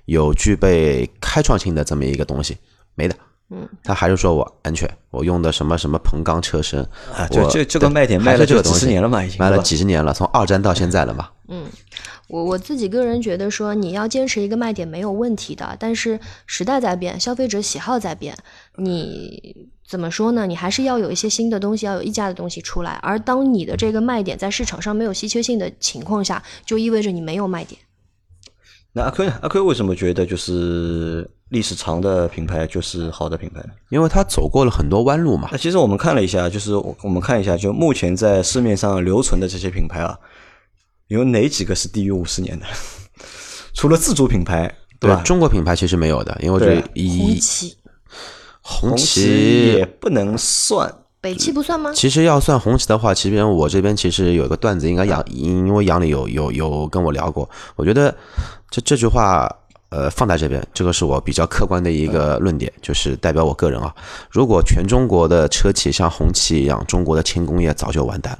[SPEAKER 2] 有具备开创性的这么一个东西，没的。嗯，他还是说我安全，我用的什么什么硼钢车身
[SPEAKER 1] 啊就
[SPEAKER 2] 我
[SPEAKER 1] 这这个
[SPEAKER 2] 对
[SPEAKER 1] 卖点
[SPEAKER 2] 还
[SPEAKER 1] 卖
[SPEAKER 2] 是
[SPEAKER 1] 了
[SPEAKER 2] 这
[SPEAKER 1] 就
[SPEAKER 2] 个东
[SPEAKER 1] 几十
[SPEAKER 2] 西
[SPEAKER 1] 年了嘛已经
[SPEAKER 2] 卖
[SPEAKER 1] 对
[SPEAKER 2] 了
[SPEAKER 1] 吧
[SPEAKER 2] 几十年了，从二战到现在了嘛。
[SPEAKER 3] 我我自己个人觉得说，你要坚持一个卖点没有问题的，但是时代在变，消费者喜好在变，你怎么说呢？你还是要有一些新的东西，要有溢价的东西出来。而当你的这个卖点在市场上没有稀缺性的情况下，就意味着你没有卖点。
[SPEAKER 1] 那阿坤呢阿坤为什么觉得就是历史长的品牌就是好的品牌呢？
[SPEAKER 2] 因为他走过了很多弯路嘛
[SPEAKER 1] 那，其实我们看了一下，就是我我们看一下，就目前在市面上留存的这些品牌啊，有哪几个是低于五十年的？ 除了自主品牌，对吧？
[SPEAKER 2] 中国品牌其实没有的，因为我觉
[SPEAKER 1] 对
[SPEAKER 2] 得
[SPEAKER 3] 红
[SPEAKER 2] 以
[SPEAKER 3] 旗、
[SPEAKER 2] 红
[SPEAKER 1] 红旗也不能算，
[SPEAKER 3] 北汽不算吗？
[SPEAKER 2] 其实要算红旗的话，其实我这边其实有一个段子，应该杨，因为杨里有有有跟我聊过，我觉得这这句话，呃，放在这边，这个是我比较客观的一个论点，就是代表我个人啊。如果全中国的车企像红旗一样，中国的轻工业早就完蛋了。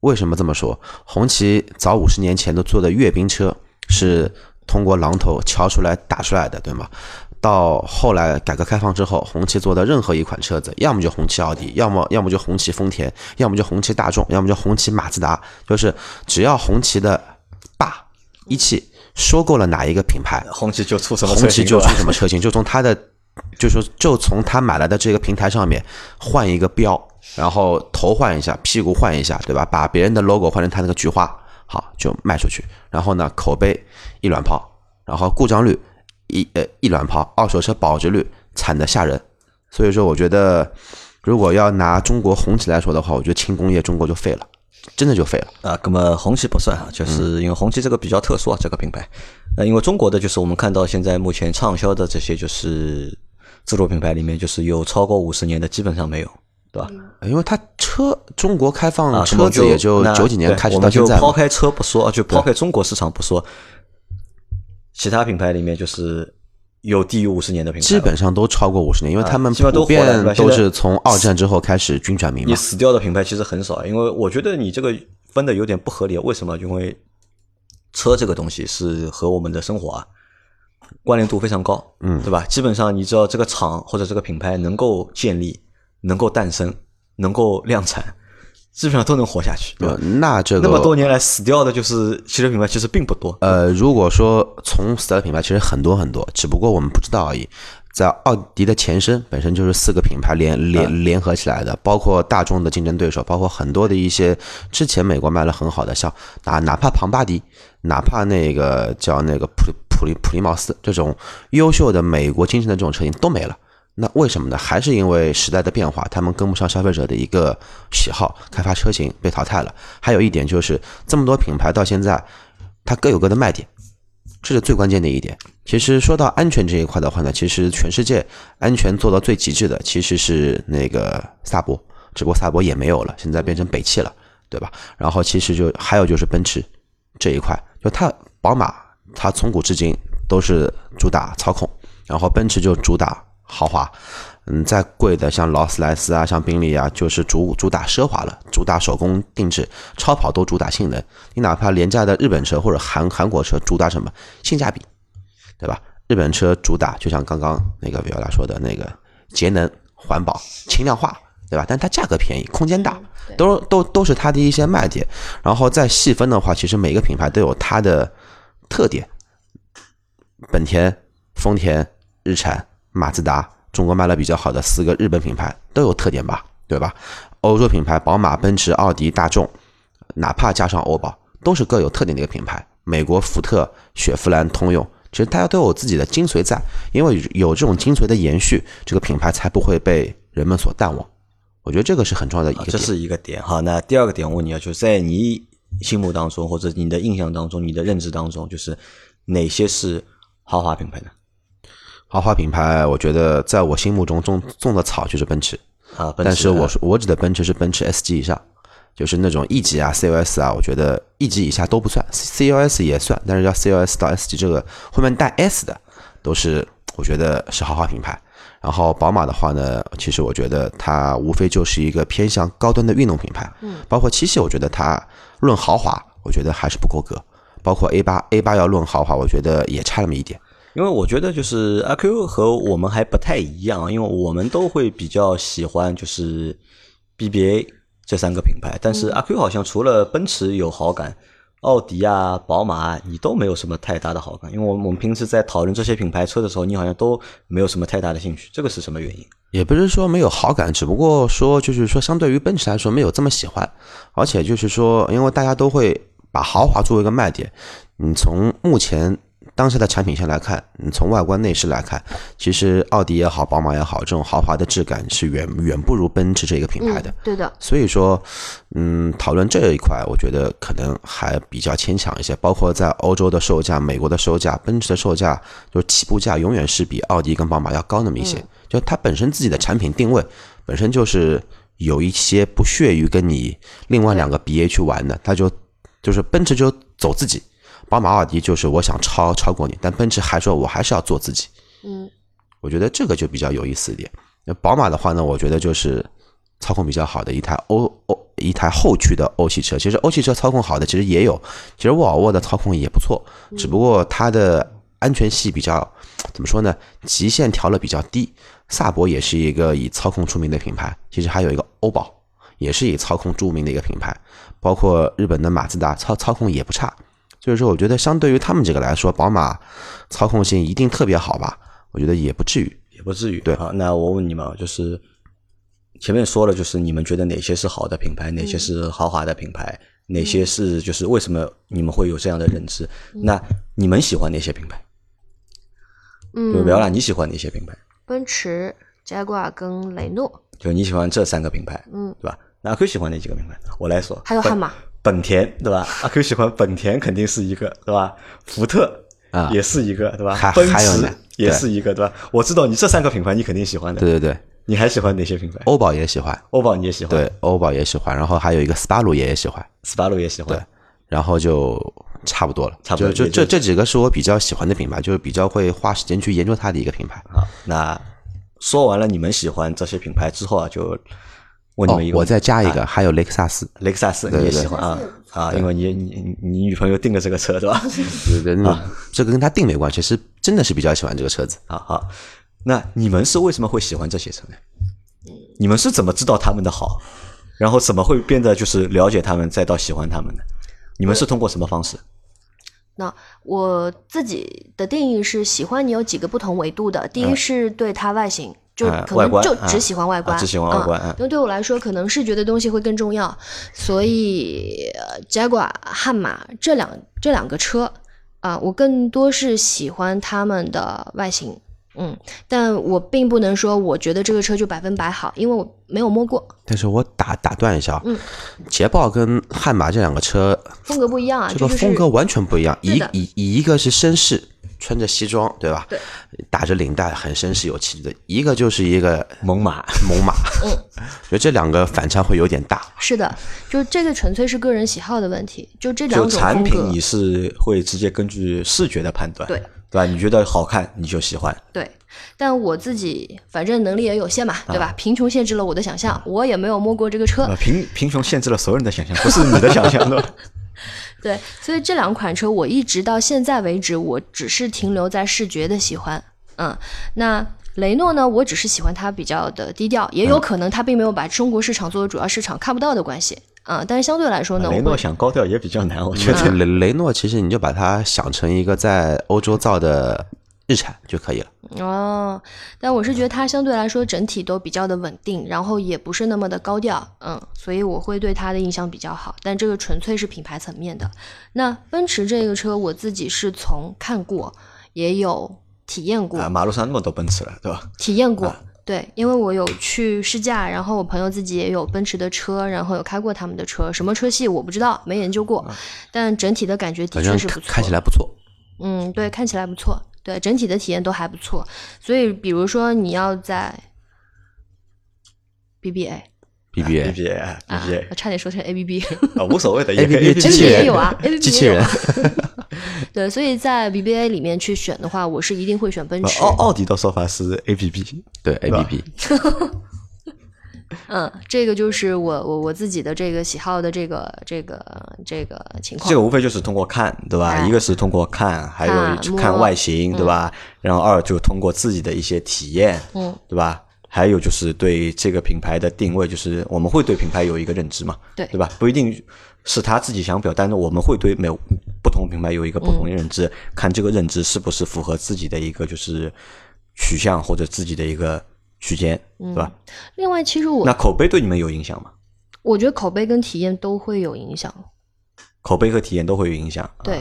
[SPEAKER 2] 为什么这么说？红旗早五十年前都做的阅兵车是通过榔头敲出来打出来的，对吗？到后来改革开放之后，红旗做的任何一款车子，要么就红旗奥迪，要么要么就红旗丰田，要么就红旗大众，要么就红旗马自达，就是只要红旗的爸一汽收购了哪一个品牌，
[SPEAKER 1] 红旗就出什么车
[SPEAKER 2] 红
[SPEAKER 1] 型
[SPEAKER 2] 旗
[SPEAKER 1] 啊
[SPEAKER 2] 就
[SPEAKER 1] 了
[SPEAKER 2] 出什么车型，就从他的，就说就从他买来的这个平台上面换一个标，然后头换一下，屁股换一下，对吧？把别人的 logo 换成他那个菊花，好就卖出去。然后呢，口碑一卵泡，然后故障率一呃一卵泡，二手车保值率惨的吓人。所以说，我觉得如果要拿中国红旗来说的话，我觉得轻工业中国就废了，真的就废了。
[SPEAKER 1] 啊，那么红旗不算
[SPEAKER 2] 嗯
[SPEAKER 1] 啊，就是因为红旗这个比较特殊啊，这个品牌。那因为中国的就是我们看到现在目前畅销的这些就是自主品牌里面，就是有超过五十年的基本上没有，对吧？
[SPEAKER 2] 因为它车中国开
[SPEAKER 1] 啊，
[SPEAKER 2] 放
[SPEAKER 1] 那
[SPEAKER 2] 嗯车
[SPEAKER 1] 么
[SPEAKER 2] 子也就
[SPEAKER 1] 那
[SPEAKER 2] 九几年
[SPEAKER 1] 对
[SPEAKER 2] 开始
[SPEAKER 1] 我
[SPEAKER 2] 到
[SPEAKER 1] 们
[SPEAKER 2] 现
[SPEAKER 1] 就
[SPEAKER 2] 在嘛，
[SPEAKER 1] 抛开车不说，啊就抛开中国市场不说，其他品牌里面就是有低于五十年的品牌了，
[SPEAKER 2] 基本上都超过五十年，因为他们
[SPEAKER 1] 基本上啊都
[SPEAKER 2] 普
[SPEAKER 1] 活了
[SPEAKER 2] 遍
[SPEAKER 1] 对吧
[SPEAKER 2] 都
[SPEAKER 1] 现在
[SPEAKER 2] 是从二战之后开始军转民
[SPEAKER 1] 你
[SPEAKER 2] 嘛。
[SPEAKER 1] 死掉的品牌其实很少，因为我觉得你这个分的有点不合理。为什么？因为车这个东西是和我们的生活啊关联度非常高，嗯，对吧？基本上你知道这个厂或者这个品牌能够建立、能够诞生、能够量产，基本上都能活下去，对吧？
[SPEAKER 2] 呃那这
[SPEAKER 1] 那么多
[SPEAKER 2] 个
[SPEAKER 1] 年来死掉的就是汽车品牌其实并不多，啊
[SPEAKER 2] 呃，如果说从死的品牌其实很多很多，只不过我们不知道而已。在奥迪的前身本身就是四个品牌联联联合起来的，包括大众的竞争对手，包括很多的一些之前美国卖的很好的，像哪哪怕庞巴迪，哪怕那个叫那个普普普利普利茅斯这种优秀的美国精神的这种车型都没了。那为什么呢？还是因为时代的变化，他们跟不上消费者的一个喜好，开发车型被淘汰了。还有一点就是，这么多品牌到现在，它各有各的卖点，这是最关键的一点。其实说到安全这一块的话呢，其实全世界安全做到最极致的其实是那个萨博，只不过萨博也没有了，现在变成北汽了，对吧？然后其实就还有就是奔驰这一块，就它宝马，它从古至今都是主打操控，然后奔驰就主打豪华，嗯，再贵的像劳斯莱斯啊，像宾利啊，就是主主打奢华了，主打手工定制，超跑都主打性能。你哪怕廉价的日本车或者韩韩国车，主打什么性价比，对吧？日本车主打就像刚刚那个维奥拉说的那个节能、环保、轻量化，对吧？但它价格便宜，空间大，都都都是它的一些卖点。然后再细分的话，其实每个品牌都有它的特点，本田、丰田、日产、马自达，中国卖的比较好的四个日本品牌都有特点吧，对吧？欧洲品牌宝马、奔驰、奥迪、大众，哪怕加上欧宝，都是各有特点的一个品牌。美国福特、雪佛兰、通用，其实大家都有自己的精髓在，因为有这种精髓的延续，这个品牌才不会被人们所淡忘。我觉得这个是很重要的一个
[SPEAKER 1] 啊这
[SPEAKER 2] 点。
[SPEAKER 1] 是一个点哈。那第二个点，我问你啊，就是在你心目当中，或者你的印象当中、你的认知当中，就是哪些是豪华品牌呢？
[SPEAKER 2] 豪华品牌，我觉得在我心目中种种的草就是奔驰，
[SPEAKER 1] 啊，奔驰
[SPEAKER 2] 但是我说我指的奔驰是奔驰 S 级以上，就是那种 E 级啊、CLS 啊，我觉得 E 级以下都不算，CLS 也算，但是要 CLS 到 S 级这个后面带 S 的，都是我觉得是豪华品牌。然后宝马的话呢，其实我觉得它无非就是一个偏向高端的运动品牌，嗯，包括七系，我觉得它论豪华，我觉得还是不够格，包括 A 八 A 八要论豪华，我觉得也差那么一点。
[SPEAKER 1] 因为我觉得就是阿 Q 和我们还不太一样，啊因为我们都会比较喜欢就是 BBA 这三个品牌，但是阿 Q 好像除了奔驰有好感，奥迪啊、宝马啊，你都没有什么太大的好感。因为我们我们平时在讨论这些品牌车的时候，你好像都没有什么太大的兴趣，这个是什么原因？
[SPEAKER 2] 也不是说没有好感，只不过说就是说，相对于奔驰来说没有这么喜欢，而且就是说，因为大家都会把豪华作为一个卖点。你从目前当下的产品线来看，你从外观内饰来看，其实奥迪也好，宝马也好，这种豪华的质感是远远不如奔驰这个品牌的
[SPEAKER 3] 嗯。，对的，
[SPEAKER 2] 所以说，嗯，讨论这一块，我觉得可能还比较牵强一些。包括在欧洲的售价、美国的售价、奔驰的售价，就是起步价永远是比奥迪跟宝马要高那么一些。就它本身自己的产品定位，本身就是有一些不屑于跟你另外两个 BA 去玩的，它就就是奔驰就走自己，宝马、奥迪就是我想超超过你，但奔驰还说我还是要做自己。
[SPEAKER 3] 嗯，
[SPEAKER 2] 我觉得这个就比较有意思一点。那宝马的话呢，我觉得就是操控比较好的一台欧欧一台后驱的欧系车。其实欧系车操控好的其实也有，其实沃尔沃的操控也不错，只不过它的安全系比较怎么说呢？极限调的比较低。萨博也是一个以操控出名的品牌，其实还有一个欧宝，也是以操控著名的一个品牌，包括日本的马自达操操控也不差。所以说，我觉得相对于他们几个来说，宝马操控性一定特别好吧？我觉得也不至于。
[SPEAKER 1] 也不至于。
[SPEAKER 2] 对
[SPEAKER 1] 啊，那我问你们啊，就是前面说了，就是你们觉得哪些是好的品牌，哪
[SPEAKER 3] 嗯
[SPEAKER 1] 些是豪华的品牌，哪些是就是为什么你们会有这样的认知？
[SPEAKER 3] 嗯
[SPEAKER 1] 那你们喜欢哪些品牌？就
[SPEAKER 3] 嗯，
[SPEAKER 1] 聊聊你喜欢哪些品牌？
[SPEAKER 3] 奔驰、加挂跟雷诺，
[SPEAKER 1] 就你喜欢这三个品牌，
[SPEAKER 3] 嗯，
[SPEAKER 1] 对吧？那阿 Q 喜欢哪几个品牌？我来说，
[SPEAKER 3] 还有
[SPEAKER 1] 本
[SPEAKER 3] 悍马，
[SPEAKER 1] 本田，对吧？阿 Q 喜欢本田肯定是一个，对吧？福特
[SPEAKER 2] 啊
[SPEAKER 1] 也是一个，对吧
[SPEAKER 2] 还？
[SPEAKER 1] 奔
[SPEAKER 2] 还有
[SPEAKER 1] 驰
[SPEAKER 2] 呢
[SPEAKER 1] 也
[SPEAKER 2] 对
[SPEAKER 1] 是一个，对吧？我知道你这三个品牌你肯定喜欢的，
[SPEAKER 2] 对对对，
[SPEAKER 1] 你还喜欢哪些品牌？
[SPEAKER 2] 欧宝也喜欢，
[SPEAKER 1] 欧宝你也喜欢，
[SPEAKER 2] 对，欧宝也喜欢，然后还有一个斯巴鲁也也喜欢，
[SPEAKER 1] 斯巴鲁也喜欢，
[SPEAKER 2] 对然后就差不多了。
[SPEAKER 1] 差不多
[SPEAKER 2] 就
[SPEAKER 1] 也就
[SPEAKER 2] 就这这几个是我比较喜欢的品牌，就是比较会花时间去研究它的一个品牌。
[SPEAKER 1] 好，啊那说完了你们喜欢这些品牌之后啊，就问你啊
[SPEAKER 2] 哦
[SPEAKER 1] 们一，个，
[SPEAKER 2] 我再加一个，还有雷克萨斯，
[SPEAKER 1] 雷克萨斯
[SPEAKER 2] 对
[SPEAKER 1] 你也
[SPEAKER 2] 对对
[SPEAKER 1] 喜欢啊啊，因为你你你你女朋友订了这个车 对吧？
[SPEAKER 2] 对对，那啊这个跟它定没关系，是真的是比较喜欢这个车子。
[SPEAKER 1] 好啊好，那你们是为什么会喜欢这些车呢？你们是怎么知道他们的好，然后怎么会变得就是了解他们，再到喜欢他们呢？你们是通过什么方式？啊
[SPEAKER 3] 那我自己的定义是，喜欢你有几个不同维度的。第一是对它外形，就
[SPEAKER 1] 啊
[SPEAKER 3] 可
[SPEAKER 1] 嗯外
[SPEAKER 3] 能
[SPEAKER 1] 观
[SPEAKER 3] 就
[SPEAKER 1] 啊
[SPEAKER 3] 只喜欢外观，
[SPEAKER 1] 啊只喜欢外观
[SPEAKER 3] 嗯
[SPEAKER 1] 啊
[SPEAKER 3] 因为对我来说，可能视觉的东西会更重要，所以呃 Jaguar、悍马这两这两个车啊，我更多是喜欢它们的外形，嗯，但我并不能说我觉得这个车就百分百好，因为我没有摸过，
[SPEAKER 2] 但是我打打断一下啊，
[SPEAKER 3] 嗯
[SPEAKER 2] 捷豹跟悍马这两个车，
[SPEAKER 3] 风格不一样啊，
[SPEAKER 2] 这个
[SPEAKER 3] 就是
[SPEAKER 2] 风格完全不一样。
[SPEAKER 3] 是
[SPEAKER 2] 一
[SPEAKER 3] 的
[SPEAKER 2] 一一个是绅士，穿着西装，对吧？
[SPEAKER 3] 对，
[SPEAKER 2] 打着领带，很绅士有气质的；一个就是一个
[SPEAKER 1] 猛犸，
[SPEAKER 2] 猛犸。嗯，觉得这两个反差会有点大。
[SPEAKER 3] 是的，就是这个纯粹是个人喜好的问题，就这两
[SPEAKER 1] 就
[SPEAKER 3] 种
[SPEAKER 1] 产
[SPEAKER 3] 风
[SPEAKER 1] 品
[SPEAKER 3] 格
[SPEAKER 1] 你，是会直接根据视觉的判断，
[SPEAKER 3] 对
[SPEAKER 1] 对吧？你觉得好看你就喜欢，
[SPEAKER 3] 对，但我自己反正能力也有限嘛，对
[SPEAKER 1] 啊
[SPEAKER 3] 吧？贫穷限制了我的想象，我也没有摸过这个车，
[SPEAKER 1] 呃，贫贫穷限制了所有人的想象，不是你的想象的。
[SPEAKER 3] 对，所以这两款车我一直到现在为止，我只是停留在视觉的喜欢。嗯，那雷诺呢，我只是喜欢它比较的低调，也
[SPEAKER 1] 啊
[SPEAKER 3] 有可能它并没有把中国市场作为主要市场看不到的关系。嗯，但是相对来说呢，
[SPEAKER 1] 啊雷
[SPEAKER 3] 我
[SPEAKER 1] 诺
[SPEAKER 3] 会
[SPEAKER 1] 想高调也比较难，我觉
[SPEAKER 2] 而
[SPEAKER 1] 得。
[SPEAKER 2] 且雷雷诺其实你就把它想成一个在欧洲造的日产就可以了。
[SPEAKER 3] 哦，但我是觉得它相对来说整体都比较的稳定，然后也不是那么的高调，嗯，所以我会对它的印象比较好。但这个纯粹是品牌层面的。那奔驰这个车，我自己是从看过，也有体验过，
[SPEAKER 1] 啊，马路上那么多奔驰了，对吧？
[SPEAKER 3] 体验
[SPEAKER 2] 啊
[SPEAKER 3] 过。对，因为我有去试驾，然后我朋友自己也有奔驰的车，然后有开过他们的车，什么车系我不知道，没研究过，但整体的感觉的
[SPEAKER 2] 反
[SPEAKER 3] 确
[SPEAKER 2] 正
[SPEAKER 3] 是不
[SPEAKER 2] 啊看
[SPEAKER 3] 错。
[SPEAKER 2] 看起来不错。
[SPEAKER 3] 嗯，对，看起来不错，对，整体的体验都还不错。所以，比如说你要在 BBA
[SPEAKER 1] B
[SPEAKER 2] BBA
[SPEAKER 1] B A
[SPEAKER 3] 啊
[SPEAKER 1] B B，A
[SPEAKER 3] 我差点说成 ABB，
[SPEAKER 1] 啊，无所谓的，也
[SPEAKER 2] A
[SPEAKER 1] 可
[SPEAKER 2] P
[SPEAKER 1] 以
[SPEAKER 2] P 机器
[SPEAKER 3] ABB 也
[SPEAKER 2] 人
[SPEAKER 3] 有啊，ABB
[SPEAKER 2] 机器
[SPEAKER 3] 也有
[SPEAKER 2] 人
[SPEAKER 3] 啊。对，所以在 BBA 里面去选的话，我是一定会选奔驰。
[SPEAKER 1] 呃
[SPEAKER 2] 哦
[SPEAKER 1] 奥奥迪的说法是 A B B，
[SPEAKER 2] 对
[SPEAKER 1] 对吧
[SPEAKER 2] APP
[SPEAKER 3] 嗯，这个就是我我我自己的这个喜好的这个这个这个情况。
[SPEAKER 1] 这个无非就是通过看，对吧？
[SPEAKER 3] 哎
[SPEAKER 1] 一个是通过看，还有
[SPEAKER 3] 看
[SPEAKER 1] 一
[SPEAKER 3] 摸
[SPEAKER 1] 看外形，对吧？然后二就通过自己的一些体验，
[SPEAKER 3] 嗯，
[SPEAKER 1] 对吧？还有就是对这个品牌的定位，就是我们会对品牌有一个认知嘛，
[SPEAKER 3] 对
[SPEAKER 1] 对吧？不一定是他自己想表，但是我们会对每不同品牌有一个不同的认
[SPEAKER 3] 嗯
[SPEAKER 1] 知，看这个认知是不是符合自己的一个就是取向或者自己的一个区间，对吧？
[SPEAKER 3] 另外，其实嗯我
[SPEAKER 1] 那口碑对你们有影响吗？
[SPEAKER 3] 我觉得口碑跟体验都会有影响。
[SPEAKER 1] 口碑和体验都会有影响，啊
[SPEAKER 3] 对，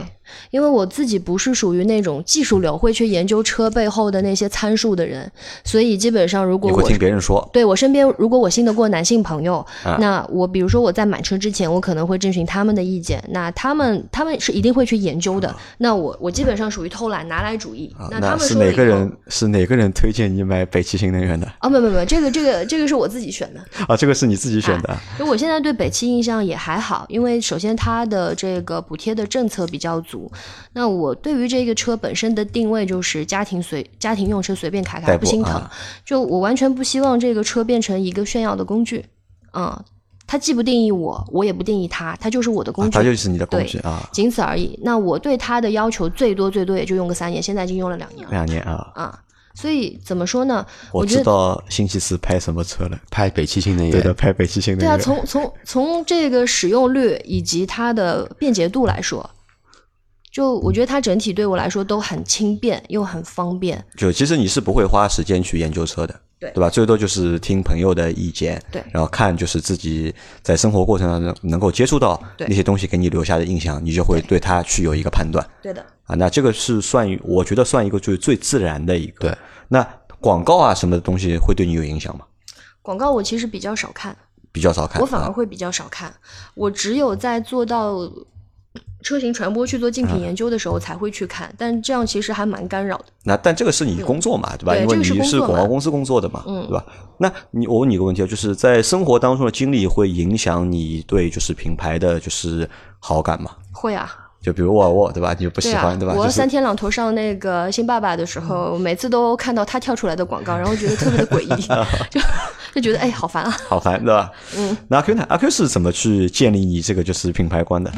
[SPEAKER 3] 因为我自己不是属于那种技术流会去研究车背后的那些参数的人，所以基本上如果
[SPEAKER 1] 你会
[SPEAKER 3] 我
[SPEAKER 1] 听别人说，
[SPEAKER 3] 对我身边，如果我信得过男性朋友，
[SPEAKER 1] 啊
[SPEAKER 3] 那我比如说我在买车之前，我可能会征询他们的意见，那他们他们是一定会去研究的。那我我基本上属于偷懒拿来主义。
[SPEAKER 1] 啊
[SPEAKER 3] 他
[SPEAKER 1] 那
[SPEAKER 3] 们
[SPEAKER 1] 是
[SPEAKER 3] 说了
[SPEAKER 1] 哪
[SPEAKER 3] 以
[SPEAKER 1] 个
[SPEAKER 3] 后
[SPEAKER 1] 人是哪个人推荐你买北汽新能源的
[SPEAKER 3] 啊？没没没，这个这个这个是我自己选的。
[SPEAKER 1] 啊？这个是你自己选的，
[SPEAKER 3] 就我现在对北汽印象也还好，因为首先它的这个补贴的政策比较足。那我对于这个车本身的定位就是家庭随家庭用车随便开开
[SPEAKER 1] 代
[SPEAKER 3] 不
[SPEAKER 1] 步
[SPEAKER 3] 心疼，
[SPEAKER 1] 啊
[SPEAKER 3] 就我完全不希望这个车变成一个炫耀的工具。嗯，它既不定义我，我也不定义它，它就是我的工
[SPEAKER 1] 啊
[SPEAKER 3] 具。
[SPEAKER 1] 它就是你的工
[SPEAKER 3] 对
[SPEAKER 1] 具啊，
[SPEAKER 3] 仅此而已。那我对它的要求最多最多也就用个三年，现在已经用了两年了
[SPEAKER 1] 两年啊。
[SPEAKER 3] 啊。所以怎么说呢？我
[SPEAKER 1] 我
[SPEAKER 3] 觉
[SPEAKER 1] 知
[SPEAKER 3] 得
[SPEAKER 1] 道星期四拍什么车了，
[SPEAKER 2] 拍北汽新能
[SPEAKER 1] 对
[SPEAKER 2] 源
[SPEAKER 1] 的，，拍北汽新能
[SPEAKER 3] 对啊，
[SPEAKER 1] 源。
[SPEAKER 3] 从从从这个使用率以及它的便捷度来说，就我觉得它整体对我来说都很轻便又很方便。
[SPEAKER 1] 就其实你是不会花时间去研究车的，
[SPEAKER 3] 对
[SPEAKER 1] 吧？最多就是听朋友的意见，
[SPEAKER 3] 对
[SPEAKER 1] 然后看就是自己在生活过程当中能够接触到
[SPEAKER 3] 对
[SPEAKER 1] 那些东西给你留下的印象，你就会对它去有一个判断。
[SPEAKER 3] 对的，
[SPEAKER 1] 啊，那这个是算于，我觉得算一个就是最自然的一个。
[SPEAKER 2] 对，
[SPEAKER 1] 那广告啊什么的东西会对你有影响吗？
[SPEAKER 3] 广告我其实比较少看，
[SPEAKER 1] 比较少看，
[SPEAKER 3] 我反而
[SPEAKER 1] 啊
[SPEAKER 3] 会比较少看，我只有在做到。车型传播去做竞品研究的时候才会去看，但这样其实还蛮干扰的。
[SPEAKER 1] 那但这个是你工作嘛，对吧？
[SPEAKER 3] 嗯对
[SPEAKER 1] 因
[SPEAKER 3] 这
[SPEAKER 1] 为
[SPEAKER 3] 个
[SPEAKER 1] 你
[SPEAKER 3] 是工
[SPEAKER 1] 是
[SPEAKER 3] 作
[SPEAKER 1] 广
[SPEAKER 3] 嘛嗯
[SPEAKER 1] 告公司工作的嘛，对吧？那你我问你一个问题啊，就是在生活当中的经历会影响你对就是品牌的就是好感吗？
[SPEAKER 3] 会啊，
[SPEAKER 1] 就比如沃尔沃，对吧？你就不
[SPEAKER 3] 对
[SPEAKER 1] 喜
[SPEAKER 3] 啊，
[SPEAKER 1] 欢，对吧？
[SPEAKER 3] 我
[SPEAKER 1] 就
[SPEAKER 3] 三
[SPEAKER 1] 是
[SPEAKER 3] 天两头上那个新爸爸的时候，每次都看到他跳出来的广告，然后觉得特别的诡异， 就就觉得哎，好烦啊。
[SPEAKER 1] 好烦，对吧？嗯。那阿 Q 呢？阿 Q 是怎么去建立你这个就是品牌观的？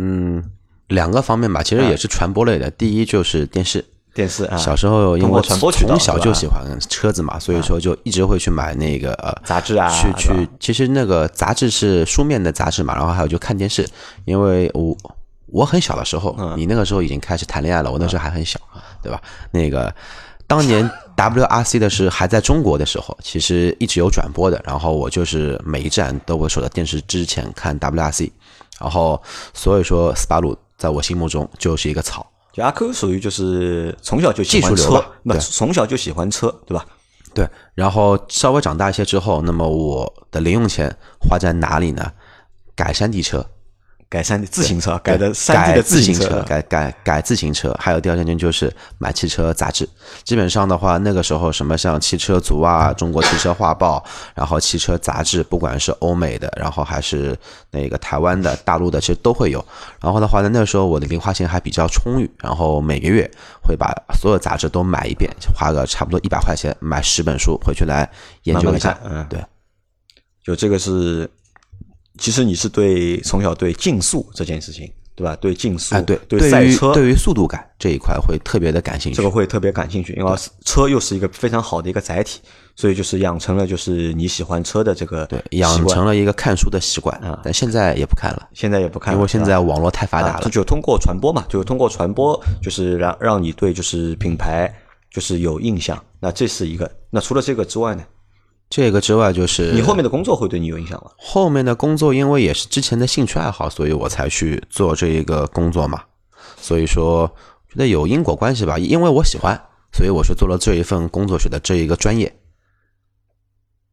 [SPEAKER 2] 嗯，两个方面吧，其实也是传播类的。第一就是电视，
[SPEAKER 1] 电视啊，
[SPEAKER 2] 小时候因
[SPEAKER 1] 通
[SPEAKER 2] 为
[SPEAKER 1] 过
[SPEAKER 2] 我
[SPEAKER 1] 传
[SPEAKER 2] 从
[SPEAKER 1] 播渠道
[SPEAKER 2] 从小
[SPEAKER 1] 对吧啊
[SPEAKER 2] 就喜欢车子嘛，所以说就一直会去买那个呃
[SPEAKER 1] 杂志啊
[SPEAKER 2] 去
[SPEAKER 1] 对
[SPEAKER 2] 去
[SPEAKER 1] 吧。
[SPEAKER 2] 其实那个杂志是书面的杂志嘛，然后还有就看电视，因为我我很小的时候，
[SPEAKER 1] 嗯
[SPEAKER 2] 你那个时候已经开始谈恋爱了，我那时候还很小，对吧？那个当 年 WRC 的是还在中国的时候，其实一直有转播的，然后我就是每一站都会守在电视之前看 WRC，然后所以说斯巴鲁在我心目中就是一个草。
[SPEAKER 1] 就阿 Q 属于就是从小就喜欢
[SPEAKER 2] 技术
[SPEAKER 1] 车
[SPEAKER 2] 流吧，
[SPEAKER 1] 那
[SPEAKER 2] 对
[SPEAKER 1] 从小就喜欢车，对吧？
[SPEAKER 2] 对，然后稍微长大一些之后，那么我的零用钱花在哪里呢？改山地车，
[SPEAKER 1] 改山地自行车，
[SPEAKER 2] 改
[SPEAKER 1] 的山地的自
[SPEAKER 2] 自
[SPEAKER 1] 行
[SPEAKER 2] 车，改改改自行车。还有第二件事情就是买汽车杂志。基本上的话，那个时候什么像汽车族啊、中国汽车画报，然后汽车杂志，不管是欧美的，然后还是那个台湾的、大陆的，其实都会有。然后的话呢，那个时候我的零花钱还比较充裕，然后每个月会把所有杂志都买一遍，花个差不多一百块钱买十本书回去来研
[SPEAKER 1] 慢
[SPEAKER 2] 究
[SPEAKER 1] 慢
[SPEAKER 2] 一下。
[SPEAKER 1] 看嗯
[SPEAKER 2] 对。
[SPEAKER 1] 就这个是，其实你是对从小对竞速这件事情，对吧？对竞速，
[SPEAKER 2] 啊，对，
[SPEAKER 1] 赛
[SPEAKER 2] 于
[SPEAKER 1] 车，
[SPEAKER 2] 对于速度感这一块会特别的感兴趣。
[SPEAKER 1] 这个会特别感兴趣，因为车又是一个非常好的一个载体，所以就是养成了就是你喜欢车的这个
[SPEAKER 2] 对，
[SPEAKER 1] 习
[SPEAKER 2] 养
[SPEAKER 1] 惯
[SPEAKER 2] 成了一个看书的习惯，但现在也不看了，
[SPEAKER 1] 现在也不看
[SPEAKER 2] 因
[SPEAKER 1] 了，
[SPEAKER 2] 为现
[SPEAKER 1] 对吧
[SPEAKER 2] 在网络太发达
[SPEAKER 1] 啊
[SPEAKER 2] 了
[SPEAKER 1] 就。就通过传播嘛，就通过传播，就是让让你对就是品牌就是有印象。那这是一个。那除了这个之外呢，
[SPEAKER 2] 这个之外，就是
[SPEAKER 1] 你后面的工作会对你有影响吗？
[SPEAKER 2] 后面的工作，因为也是之前的兴趣爱好，所以我才去做这一个工作嘛。所以说，觉得有因果关系吧，因为我喜欢，所以我是做了这一份工作，学的这一个专业。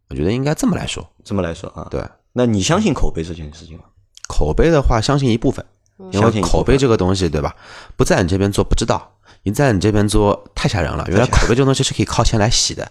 [SPEAKER 2] 我觉得应该这么来说，
[SPEAKER 1] 这么来说啊，
[SPEAKER 2] 对
[SPEAKER 1] 那你相信口碑这件事情吗？
[SPEAKER 2] 口碑的话，相信一部分，因
[SPEAKER 1] 相信
[SPEAKER 2] 为
[SPEAKER 1] 一部分
[SPEAKER 2] 口碑这个东西，对吧？不在你这边做不知道，你在你这边做太吓人了。原来口碑这个东西是可以靠钱来洗的，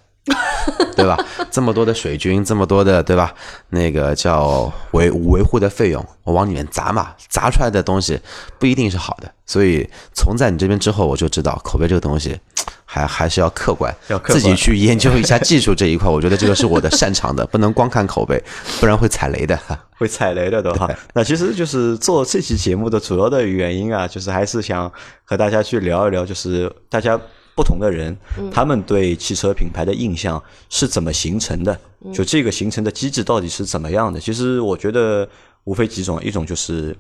[SPEAKER 2] 对吧？这么多的水军，这么多的，对吧？那个叫维维护的费用，我往里面砸嘛，砸出来的东西不一定是好的。所以从在你这边之后，我就知道口碑这个东西。还还是要客观，
[SPEAKER 1] 要客观
[SPEAKER 2] 自己去研究一下技术这一块，我觉得这个是我的擅长的，不能光看口碑，不然会踩雷的。
[SPEAKER 1] 会踩雷的都哈。那其实就是做这期节目的主要的原因啊，就是还是想和大家去聊一聊，就是大家不同的人，他们对汽车品牌的印象是怎么形成的，就这个形成的机制到底是怎么样的。其实我觉得无非几种，一种就是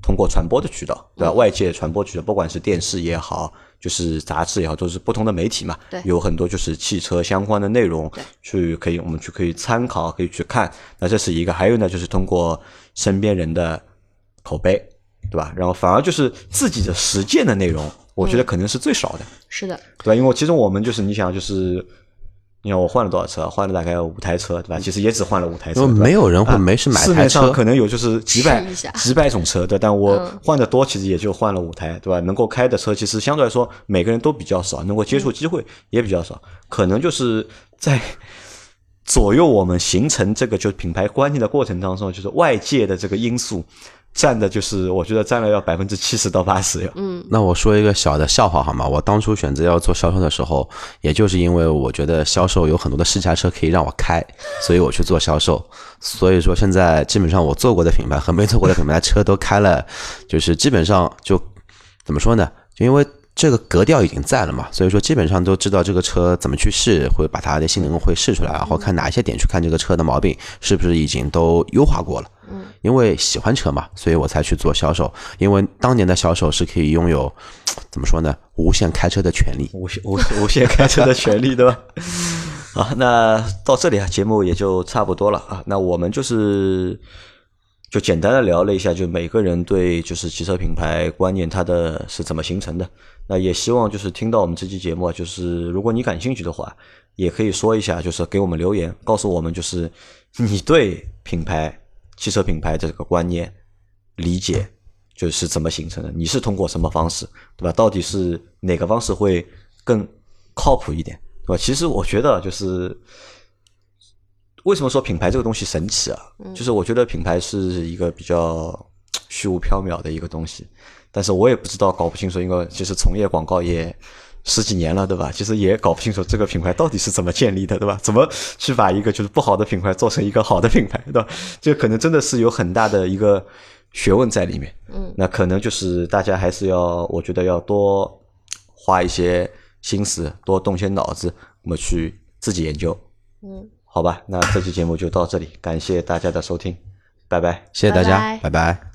[SPEAKER 1] 通过传播的渠道，对吧？外界传播渠道，不管是电视也好，就是杂志也好，都是不同的媒体嘛。
[SPEAKER 3] 对
[SPEAKER 1] 有很多就是汽车相关的内容，去可以我们去可以参考，可以去看。那这是一个，还有呢，就是通过身边人的口碑，对吧？然后反而就是自己的实践的内容，我觉得可能是最少的。
[SPEAKER 3] 是的，
[SPEAKER 1] 对吧？因为我其实我们就是你想就是，你看我换了多少车？换了大概五台车，对吧？其实也只换了五台车，
[SPEAKER 2] 因为
[SPEAKER 1] 对吧
[SPEAKER 2] 没有人会
[SPEAKER 1] 啊
[SPEAKER 2] 没事买
[SPEAKER 1] 市
[SPEAKER 2] 台
[SPEAKER 1] 面上
[SPEAKER 2] 车
[SPEAKER 1] 可能有就是几百
[SPEAKER 3] 试一下嗯
[SPEAKER 1] 几百种车，对。但我换的多，其实也就换了五台，对吧？能够开的车其实相对来说每个人都比较少，能够接触
[SPEAKER 3] 嗯
[SPEAKER 1] 机会也比较少，可能就是在。左右我们形成这个就是品牌观念的过程当中，就是外界的这个因素占的，就是我觉得占了要百分之七十到八十要。嗯，
[SPEAKER 2] 那我说一个小的笑话好吗？我当初选择要做销售的时候，也就是因为我觉得销售有很多的试驾车可以让我开，所以我去做销售。所以说现在基本上我做过的品牌和没做过的品牌车都开了，就是基本上就怎么说呢？就因为这个格调已经在了嘛，所以说基本上都知道这个车怎么去试，会把它的性能会试出来，然后看哪一些点去看这个车的毛病是不是已经都优化过了。嗯，因为喜欢车嘛，所以我才去做销售。因为当年的销售是可以拥有怎么说呢，无限开车的权利。
[SPEAKER 1] 无限无 限无限开车的权利，对 吧？好，那到这里啊，节目也就差不多了啊。那我们就是就简单的聊了一下，就每个人对就是汽车品牌观念它的是怎么形成的。那也希望就是听到我们这期节目啊，就是如果你感兴趣的话，也可以说一下，就是给我们留言，告诉我们就是你对品牌汽车品牌的这个观念理解就是怎么形成的？你是通过什么方式，对吧？到底是哪个方式会更靠谱一点，对吧？其实我觉得就是为什么说品牌这个东西神奇啊？就是我觉得品牌是一个比较虚无缥缈的一个东西，但是我也不知道搞不清楚，因为其实从业广告也十几年了，对吧？其实也搞不清楚这个品牌到底是怎么建立的，对吧？怎么去把一个就是不好的品牌做成一个好的品牌，对吧？这可能真的是有很大的一个学问在里面。嗯，那可能就是大家还是要，我觉得要多花一些心思，多动些脑子，我们去自己研究。
[SPEAKER 3] 嗯，
[SPEAKER 1] 好吧，那这期节目就到这里，感谢大家的收听，拜拜。
[SPEAKER 2] 谢谢大家，
[SPEAKER 3] 拜
[SPEAKER 2] 拜拜